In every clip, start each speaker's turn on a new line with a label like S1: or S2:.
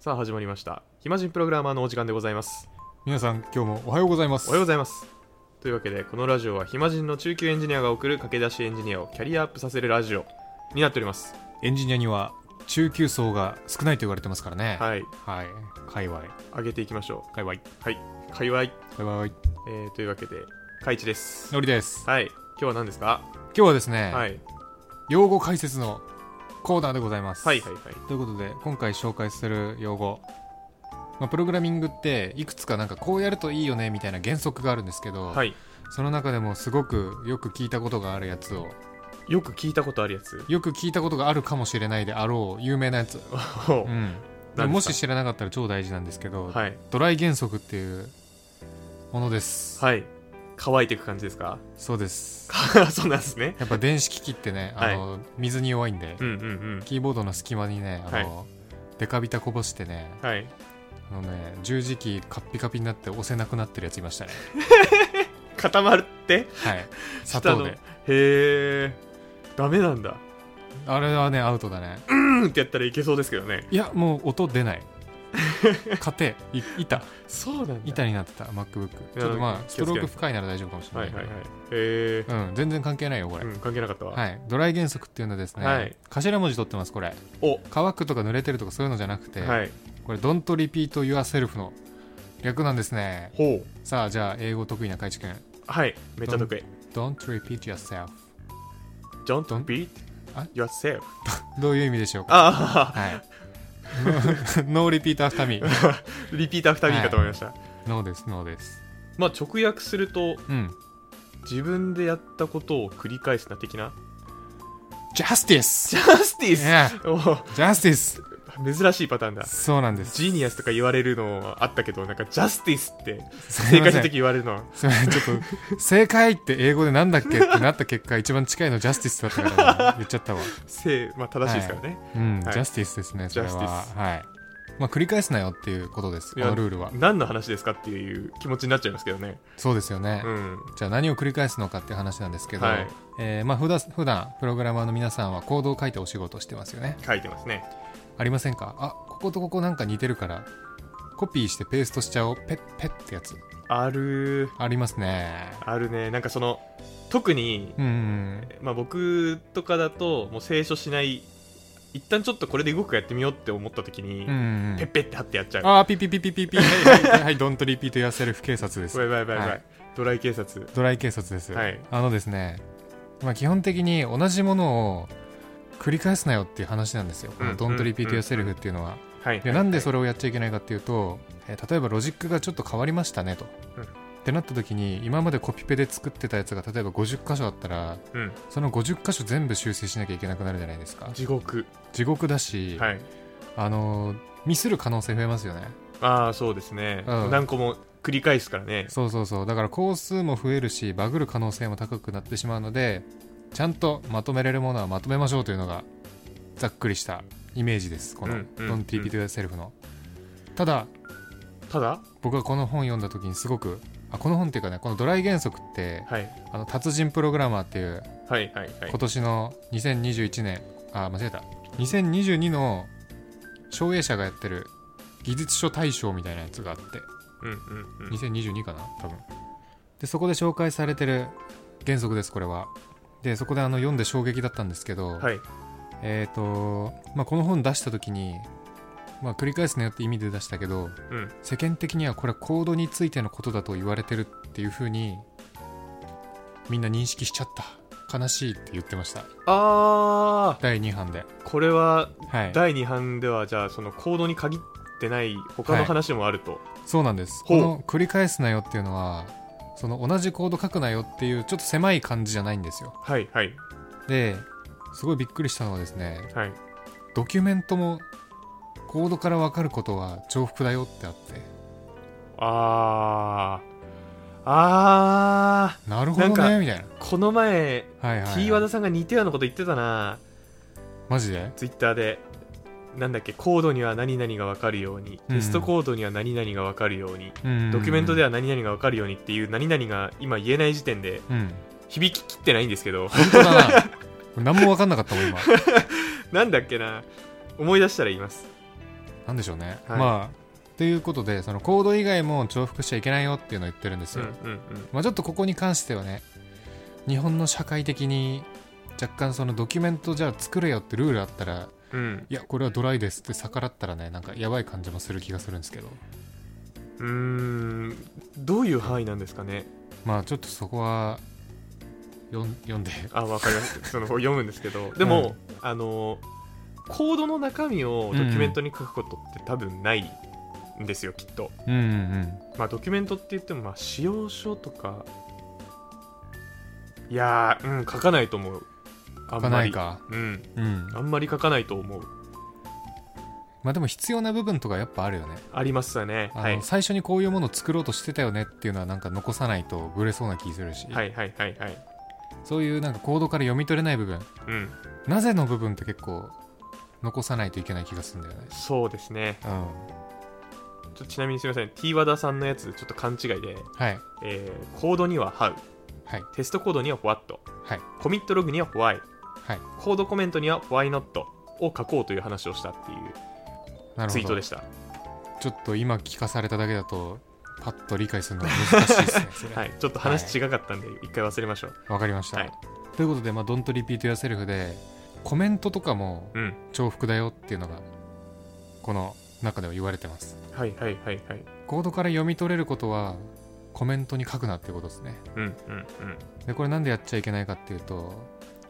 S1: さあ始まりました暇人プログラマーのお時間でございます
S2: 皆さん今日もおはようございます
S1: おはようございますというわけでこのラジオは暇人の中級エンジニアが送る駆け出しエンジニアをキャリアアップさせるラジオになっております
S2: エンジニアには中級層が少ないと言われてますからね
S1: はい
S2: はい界隈
S1: 上げていきましょ
S2: 界隈
S1: うはい界隈、え
S2: バイバイ
S1: ー、というわけでカイチです
S2: のりです
S1: はい今日は何ですか、
S2: 今日はですね、
S1: はい、
S2: 用語解説のコーナーでございます
S1: はいはいはい
S2: ということで今回紹介する用語まあ、プログラミングっていくつかなんかこうやるといいよねみたいな原則があるんですけど、
S1: はい
S2: その中でもすごくよく聞いたことがあるやつを
S1: よく聞いたことあるやつ
S2: よく聞いたことがあるかもしれないであろう有名なやつ、 うん、でももし知らなかったら超大事なんですけど、
S1: はい
S2: ドライ原則っていうものです、
S1: はい乾いていく感じですか
S2: そうです
S1: そうなんですね
S2: やっぱ電子機器ってねあの、水に弱いんで、
S1: うんうん
S2: キーボードの隙間にねあの、デカビタこぼしてね
S1: うんはい
S2: あのね十字キーカッピカピになって押せなくなってるやついましたね
S1: 固まるって
S2: はい砂
S1: 下
S2: 糖
S1: の
S2: で
S1: へえダメなんだ
S2: あれはねアウトだね
S1: うんってやったらいけそうですけどね
S2: いやもう音出ない家庭い板
S1: そうなん
S2: 板になってた MacBook ちょっとまあス
S1: 気をつけないと
S2: トローク深いなら大丈夫かもしれ
S1: は
S2: ないい,、
S1: はいはいへえ
S2: うん全然関係ないよこれ、
S1: うん関係なかったわ、
S2: はい、ドライ原則っていうのはですね、
S1: はい
S2: 頭文字取ってますこれ
S1: お
S2: 乾くとか濡れてるとかそういうのじゃなくて、
S1: はい
S2: これ「Don't repeat yourself」の略なんですね
S1: ほう
S2: さあじゃあ英語得意な海地君
S1: はいめっちゃ得意
S2: Don't repeat yourself
S1: Don't beat
S2: あ
S1: yourself
S2: どういう意味でしょうか
S1: あ
S2: はい No repeat after me
S1: あリピーター2人かと思いました、
S2: No です No です
S1: まあ直訳すると
S2: うん
S1: 自分でやったことを繰り返すな的なジ
S2: Justice!
S1: ャスティス、
S2: Yeah
S1: お
S2: Justice!
S1: 珍しいパターンだ
S2: そうなんです
S1: ジーニアスとか言われるのあったけどなんかジャスティスって
S2: す
S1: 正
S2: いま
S1: 解
S2: せ
S1: した
S2: ん
S1: 時言われるのは
S2: すいません ちょっと正解って英語でなんだっけってなった結果一番近いの Justice だったから、ね、言っちゃったわ
S1: 正、まあ、正しいですからね、
S2: うん、
S1: はい
S2: ジャスティスですね、それ
S1: ジャ
S2: は
S1: ス。
S2: はい。まあ、繰り返すなよっていうことです、こ
S1: いや
S2: のルールは。
S1: 何の話ですかっていう気持ちになっちゃいますけどね。
S2: そうですよね。
S1: うん。
S2: じゃあ何を繰り返すのかっていう話なんですけど、
S1: はい
S2: えーまあ普段普段プログラマーの皆さんはコードを書いてお仕事をしてますよね
S1: 書いてますね。
S2: ありませんかあこことここなんか似てるからコピーしてペーストしちゃおうペッペッってやつ
S1: ある、
S2: ありますね
S1: あるね。なんかその、特に、
S2: うんうん
S1: まあ僕とかだと、もう清書しない、一旦ちょっとこれで動くかやってみようって思った時に、
S2: うんうんうん
S1: ペッペって貼ってやっちゃう。
S2: あーピピピピピピはいはいはいドントリピートやセルフ警察です
S1: バイバイバイバイ。
S2: はい
S1: ドライ警察。
S2: ドライ警察です、
S1: はい
S2: あのですね、まあ、基本的に同じものを繰り返すなよっていう話なんですよ、こ
S1: うん
S2: の Don't repeat yourself っていうのは。
S1: はい。
S2: で、なんでそれをやっちゃいけないかっていうと、えー例えばロジックがちょっと変わりましたねと。
S1: うん
S2: ってなった時に、今までコピペで作ってたやつが例えば50箇所あったら、
S1: うん。
S2: その50箇所全部修正しなきゃいけなくなるじゃないですか。
S1: 地獄。
S2: 地獄だし、
S1: はい。
S2: あのーミスる可能性増えますよね。
S1: ああ、そうですね。
S2: うん
S1: 何個も繰り返すからね。
S2: そうそうそうだから工数も増えるしバグる可能性も高くなってしまうのでちゃんとまとめれるものはまとめましょうというのがざっくりしたイメージですこの
S1: うん
S2: 「
S1: うん
S2: Don't Repeat Yourself」のただ
S1: ただ
S2: 僕はこの本読んだ時にすごくあこの本っていうかねこの「ドライ原則」って
S1: はい。
S2: 「あの達人プログラマー」っていう
S1: はいはいはい
S2: 今。年の2021年あ間違えた2022の奨励者がやってる技術書大賞みたいなやつがあって
S1: うんうんうん。
S2: 2022かな多分でそこで紹介されてる原則ですこれはでそこであの読んで衝撃だったんですけど、
S1: はい。
S2: えっ、と、まあ、この本出した時に、まあ、繰り返すねよって意味で出したけど
S1: うん。
S2: 世間的にはこれは行動についてのことだと言われてるっていうふうにみんな認識しちゃった悲しいって言ってました
S1: あ
S2: 第2版で
S1: あ、これは
S2: はい
S1: 第2版ではじゃあその行動に限ってない他の話もあると、
S2: そうなんです
S1: ほ
S2: こ
S1: う
S2: の繰り返すなよっていうのはその同じ行動書くなよっていうちょっと狭い感じじゃないんですよ
S1: はいはい
S2: ですごいびっくりしたのはですね
S1: はい
S2: ドキュメントもコードから分かることは重複だよってあって
S1: あーあ
S2: なるほど
S1: なんか
S2: ねみたいな
S1: ーこの前、
S2: はいはい、
S1: キーワードさんが似たようなこと言ってたな
S2: マジで
S1: ツイッターでなんだっけコードには何々が分かるように
S2: うん
S1: テストコードには何々が分かるように、
S2: うん
S1: ドキュメントで
S2: は
S1: は何々が分かるようにっていう何々が今言えない時点で
S2: うん
S1: 響ききってないんですけ ど
S2: 本当だな俺何も分かんなかったもん今
S1: なんだっけな思い出したら言います
S2: なんでしょうね、
S1: はい
S2: まあということでそのコード以外も重複しちゃいけないよっていうのを言ってるんです
S1: うん
S2: よ、
S1: うんうん
S2: まあ、ちょっとここに関してはね日本の社会的に若干そのドキュメントじゃあ作れよってルールあったら
S1: うん
S2: いやこれはドライですって逆らったらねなんかやばい感じもする気がするんですけど
S1: うーんどういう範囲なんですかね
S2: まあちょっとそこは読ん読んで
S1: あわかり ますその読むんですけどでも、あのコードの中身をドキュメントに書くことって多分ないんですよ、きっと
S2: うんうん
S1: まあドキュメントって言ってもまあ使用書とかいやーうん書かないと思うあ
S2: 書
S1: ん
S2: か
S1: ま
S2: ない
S1: り
S2: か
S1: うん
S2: うん
S1: あんまり書かないと思う
S2: まあでも必要な部分とかやっぱあるよね
S1: ありますよね
S2: あの、
S1: はい
S2: 最初にこういうものを作ろうとしてたよねっていうのはなんか残さないとブレそうな気するし、
S1: はいはいはいはい
S2: そういうなんかコードから読み取れない部分
S1: うん
S2: なぜの部分って結構残さないといけない気がするんだよね
S1: そうですね
S2: うん
S1: ちょちなみにすみません T 和田さんのやつちょっと勘違いで、
S2: はい
S1: えーコードには How
S2: はい
S1: テストコードには What
S2: はい
S1: コミットログには Why
S2: はい
S1: コードコメントには Why not を書こうという話をしたっていう
S2: なる
S1: ツ
S2: ほ
S1: イート
S2: ど
S1: でした
S2: ちょっと今聞かされただけだとパッと理解するのは難しいですねそ れ
S1: はいちょっと話違かったんで一回忘れましょう
S2: わかりました、
S1: はい
S2: ということで「まあ、Don't Repeat Yourself」でコメントとかも
S1: うん
S2: 重複だよっていうのがこの中では言われてます
S1: はいはいはいはい
S2: コードから読み取れることはコメントに書くなってことですね
S1: うんうん
S2: でこれなんでやっちゃいけないかっていうと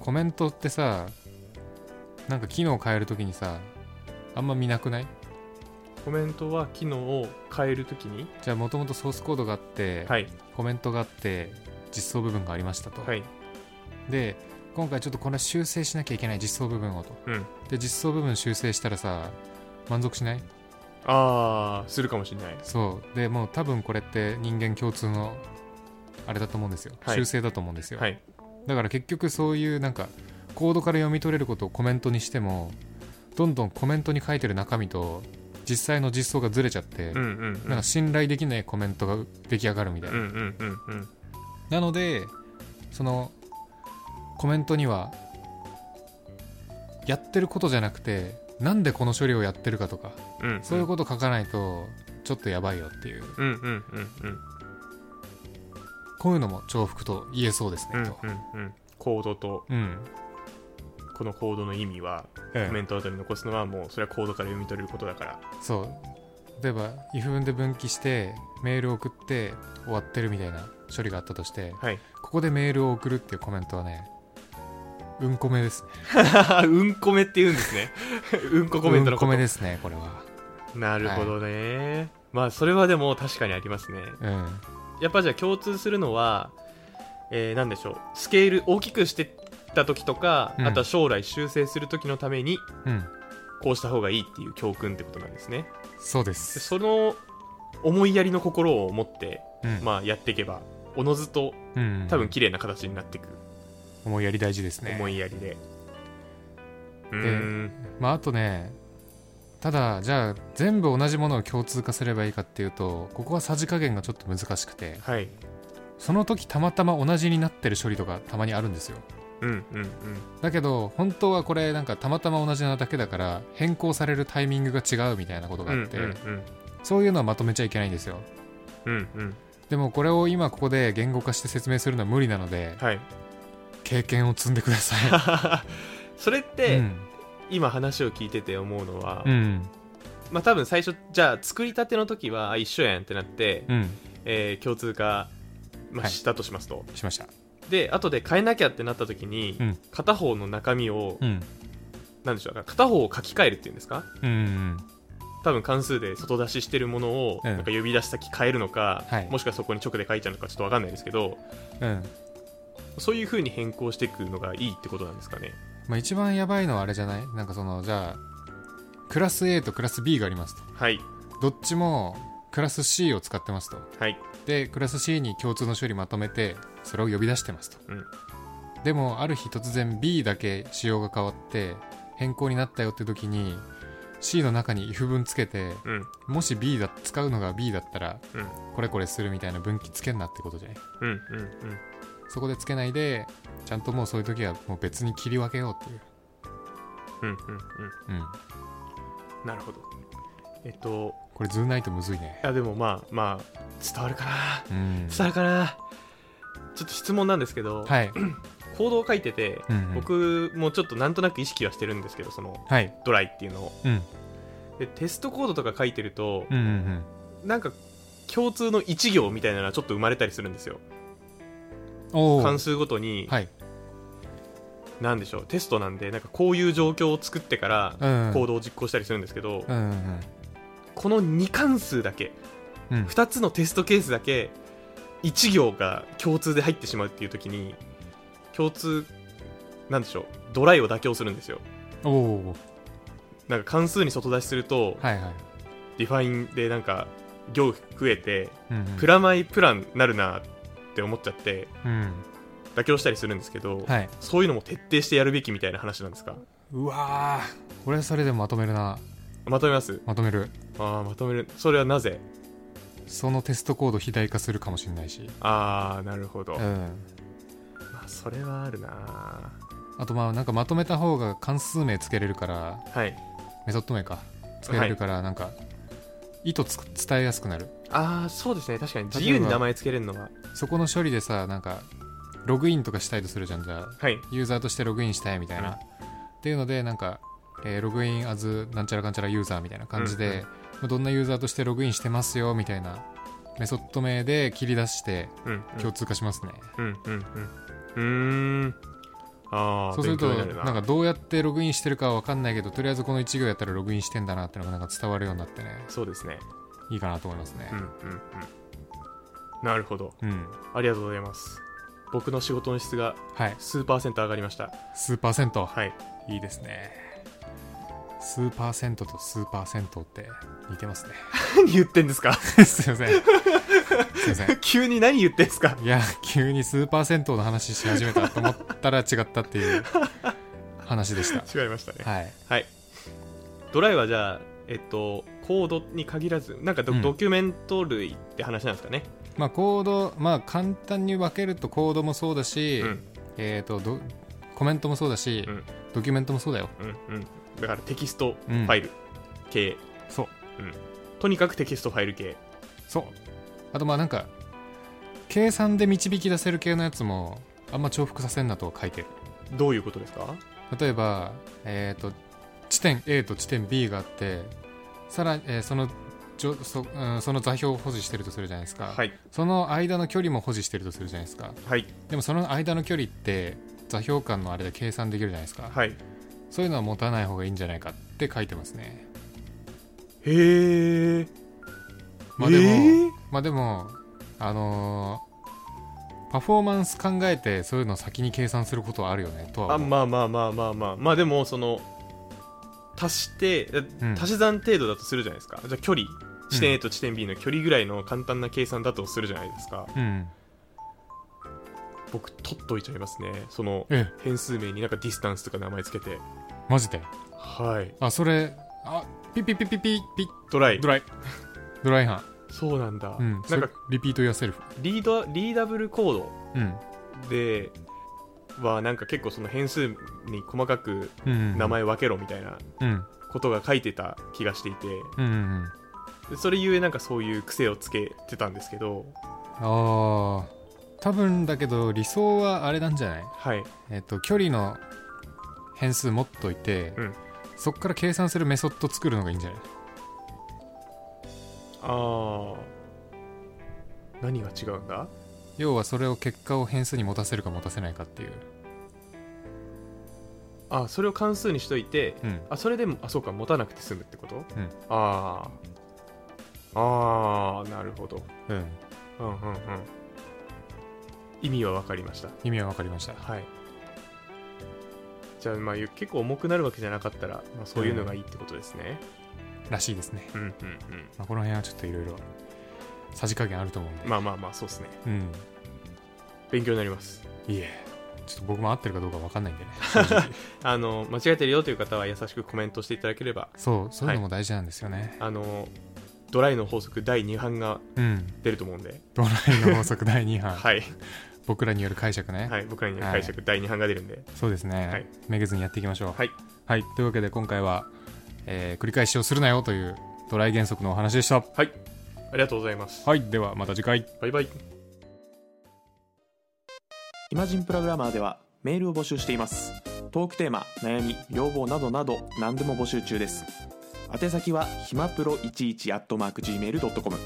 S2: コメントってさなんか機能変えるときにさあんま見なくない
S1: うんコメントは機能を変えるときに
S2: じゃあもともとソースコードがあって、
S1: はい
S2: コメントがあって実装部分がありましたと、
S1: はい
S2: で今回ちょっとこれ修正しなきゃいけない実装部分をと
S1: うん
S2: で実装部分修正したらさ満足しない
S1: ああするかもしれない
S2: そうでもう多分これって人間共通のあれだと思うんですよ、
S1: はい
S2: 修正だと思うんですよ、
S1: はい
S2: だから結局そういうなんかコードから読み取れることをコメントにしてもどんどんコメントに書いてる中身と実際の実装がずれちゃって、
S1: うんうんう
S2: なん
S1: ん
S2: か信頼できないコメントが出来上がるみたいな、
S1: うんうんうんうん
S2: なのでそのコメントにはやってることじゃなくてなんでこの処理をやってるかとか
S1: うん
S2: そういうこと書かないとちょっとやばいよっていう
S1: うんうんうんうん
S2: こういうのも重複と言えそうです
S1: うん
S2: ねと
S1: うんうんコードと
S2: うん
S1: このコードの意味は
S2: え
S1: コ
S2: え
S1: メント後に残すのはもうそれはコードから読み取れることだから
S2: そう例えば if 文で分岐してメールを送って終わってるみたいな処理があったとして
S1: はい
S2: ここでメールを送るっていうコメントはねうんこめですね
S1: うんこめって言うんですね うんこコメントのこと
S2: うんこめですねこれは
S1: なるほどね、まあそれはでも確かにありますね
S2: うん
S1: やっぱじゃあ共通するのは、えー、何でしょうスケール大きくしてった時とか、
S2: うん
S1: あとは将来修正する時のために
S2: うん
S1: こうした方がいいっていう教訓ってことなんですね
S2: そうで、
S1: ですその思いやりの心を持って、
S2: うん
S1: まあ、やっていけばおのずと
S2: うん
S1: 多分綺麗な形になっていく、
S2: 思いやり大事ですね
S1: 思いやりでうーん
S2: まああとねただじゃあ全部同じものを共通化すればいいかっていうとここはさじ加減がちょっと難しくて
S1: はい
S2: その時たまたま同じになってる処理とかたまにあるんですよ
S1: うんうんうん
S2: だけど本当はこれなんかたまたま同じなだけだから変更されるタイミングが違うみたいなことがあって、
S1: うんうん
S2: そういうのはまとめちゃいけないんですよ
S1: うんうんうん
S2: でもこれを今ここで言語化して説明するのは無理なので
S1: はい
S2: 経験を積んでくださ
S1: それっ
S2: い、
S1: て、
S2: うん
S1: 今話を聞いてて思うのは、
S2: うん
S1: まあ多分最初じゃあ作りたての時はあ一緒やんってなって、
S2: うん、
S1: えー共通化、ま
S2: は
S1: あ、
S2: い
S1: したとしますと、
S2: しました
S1: で後で変えなきゃってなった時に、
S2: うん
S1: 片方の中身を、
S2: うん
S1: なんでしょう片方を書き換えるっていうんですか
S2: うんうん
S1: 多分関数で外出ししてるものを、
S2: うん
S1: なんか呼び出し先変えるのか、
S2: はい
S1: もしくはそこに直で書いちゃうのかちょっと分かんないですけど
S2: うん
S1: そういう風に変更していくのがいいってことなんですかね
S2: まあ、一番やばいのはあれじゃないなんかそのじゃあクラス A とクラス B がありますと
S1: はい
S2: どっちもクラス C を使ってますと
S1: はい
S2: でクラス C に共通の処理まとめてそれを呼び出してますと、
S1: うん
S2: でもある日突然 B だけ仕様が変わって変更になったよって時に C の中に if 文つけて
S1: うん
S2: もし B だ使うのが B だったら
S1: うん
S2: これこれするみたいな分岐つけんなってことじゃない
S1: うんうんうん
S2: そこでつけないでちゃんともうそういう時はもう別に切り分けようっていう、
S1: うんうんうん
S2: うん、
S1: なるほどえっと
S2: これズーないとむずいね
S1: いやでもまあまあ伝わるかな
S2: うん
S1: 伝わるかなちょっと質問なんですけど、
S2: はい、
S1: 行動を書いてて、
S2: うんうん
S1: 僕もちょっとなんとなく意識はしてるんですけどその
S2: はい
S1: ドライっていうのを
S2: うん
S1: でテストコードとか書いてると
S2: う、んうん
S1: なんか共通の一行みたいなのはちょっと生まれたりするんですよ
S2: うんおお
S1: 関数ごとに、
S2: はい
S1: なんでしょうテストなんでなんかこういう状況を作ってから
S2: うんうん
S1: 行動を実行したりするんですけど、
S2: うんうん
S1: この2関数だけ
S2: うんうん
S1: 2つのテストケースだけ1行が共通で入ってしまうっていう時に共通なんでしょうドライを妥協するんですよ
S2: おお
S1: なんか関数に外出しすると、
S2: はいはい
S1: ディファインでなんか行増えて
S2: うんうん
S1: プラマイプランなるなって思っちゃって
S2: うん
S1: 妥協したりするんですけど、
S2: はい
S1: そういうのも徹底してやるべきみたいな話なんですか
S2: うわーこれはそれでもまとめるな
S1: まとめます
S2: まとめる
S1: ああまとめるそれはなぜ
S2: そのテストコード肥大化するかもしれないし
S1: ああなるほど、
S2: うん
S1: まあ、それはあるな
S2: あとまあなんかまとめた方が関数名つけれるから
S1: はい
S2: メソッド名かつけれるからなんか意図つく伝えやすくなる
S1: ああそうですね確かに自由に名前つけれるのは
S2: そこの処理でさなんかログインとかしたいとするじゃんじゃあ
S1: はい
S2: ユーザーとしてログインしたいみたいな、
S1: うん
S2: っていうのでなんか、えーログインアズなんちゃらかんちゃらユーザーみたいな感じ
S1: うんう
S2: で、まあどんなユーザーとしてログインしてますよみたいなメソッド名で切り出して
S1: うん
S2: 共通化しますね、
S1: うんうんうんうんうーんああ
S2: そうすると
S1: 勉強になる
S2: なんかどうやってログインしてるかは分かんないけどとりあえずこの1行やったらログインしてんだなってのがなんか伝わるようになってね
S1: そうですね
S2: いいかなと思いますね
S1: うんうんうんなるほど
S2: うん
S1: ありがとうございます僕の仕事の質が
S2: はい
S1: 数パーセント上がりました
S2: 数パーセント
S1: はい
S2: いいですね数パーセントと数パーセントって似てますね
S1: 何言ってんですか
S2: すいませんすいません
S1: 急に何言ってんですか
S2: いや急に数パーセントの話し始めたと思ったら違ったっ ていう話でした
S1: 違いましたね
S2: はい
S1: はいドライはじゃあえっとコードに限らずなんかド,、
S2: うん
S1: ドキュメント類って話なんですかね
S2: まあコードまあ簡単に分けるとコードもそうだし、
S1: うん
S2: えっ、とどコメントもそうだし、
S1: うん
S2: ドキュメントもそうだよ
S1: うんうんだからテキストファイル系、
S2: そう
S1: とにかくテキストファイル系
S2: そうあとまあなんか計算で導き出せる系のやつもあんま重複させんなとは書いてる
S1: どういうことですか
S2: 例えば、えー、と地点 A と地点 B があってさらに、えーそのじょそ,、うん、その座標を保持してるとするじゃないですか、
S1: はい
S2: その間の距離も保持してるとするじゃないですか
S1: はい
S2: でもその間の距離って座標間のあれで計算できるじゃないですか、
S1: はい
S2: そういうのは持たない方がいいんじゃないかって書いてますね
S1: へえ
S2: まあでも、
S1: えー
S2: まあでもあのーパフォーマンス考えてそういうのを先に計算することはあるよねとは
S1: あ
S2: 思う
S1: まあまあまあまあまあまあでもその足して
S2: ん
S1: 足し算程度だとするじゃないですか、じゃあ距離地点 A と地点 B の距離ぐらいの簡単な計算だとするじゃないですか、
S2: うん
S1: 僕取っといちゃいますねその
S2: え
S1: 変数名になんかディスタンスとか名前つけて
S2: マジで
S1: はい
S2: あそれあピピピピピピ
S1: ドライ
S2: ドライ ドライハ
S1: そうなんだ、
S2: ン、うん、
S1: な
S2: そ
S1: ん
S2: れ
S1: か
S2: リピートやセルフ
S1: リードリーダブルコー
S2: うん、
S1: ドではなんか結構その変数に細かく
S2: うんうん、
S1: 名前分けろみたいな
S2: うん
S1: ことが書いてた気がしていて
S2: うんうんうん
S1: でそれゆえなんかそういう癖をつけてたんですけど
S2: ああ多分だけど理想はあれなんじゃない
S1: はい
S2: えっ、と距離の変数持っといて、
S1: うん
S2: そっから計算するメソッド作るのがいいんじゃない
S1: ああ何が違うんだ
S2: 要はそれを結果を変数に持たせるか持たせないかっていう
S1: あそれを関数にしといて、
S2: うん
S1: あそれでもあそうか持たなくて済むってこと、
S2: ん
S1: ああああなるほど
S2: うん
S1: うんうんうん意味は分かりました
S2: 意味は分かりました
S1: はいじゃあまあゆ結構重くなるわけじゃなかったら、まあ、そういうのがいいってことですね、
S2: らしいですね、
S1: うん、うん
S2: まあ、この辺はちょっといろいろさじ加減あると思うん
S1: うん
S2: で
S1: まあまあまあそうですね
S2: うん
S1: 勉強になります
S2: いいえちょっと僕も合ってるかどうか分かんないんでね
S1: あの間違えてるよという方は優しくコメントしていただければ
S2: そうそういうのも大事なんですよね、
S1: あのドライの法則第2版が
S2: うん
S1: 出ると思うんで、
S2: ドライの法 則第2版、
S1: はい、
S2: 僕らによる解釈ね、
S1: はい、僕らに解釈第2版が出るんで、
S2: そうですね、
S1: はい
S2: めげずにやっていきましょう
S1: はい、
S2: はい、というわけで今回は、えー繰り返しをするなよというトライ原則のお話でした
S3: はいありがとうございます
S2: はいではまた次回
S3: バイバイ
S4: イマジンプログラマーではメールを募集していますトークテーマ悩み要望などなど何でも募集中です宛先はひまプロ11 at mark gmail.com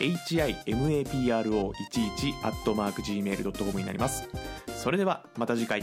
S4: himapro11 at mark gmail.com になりますそれではまた次回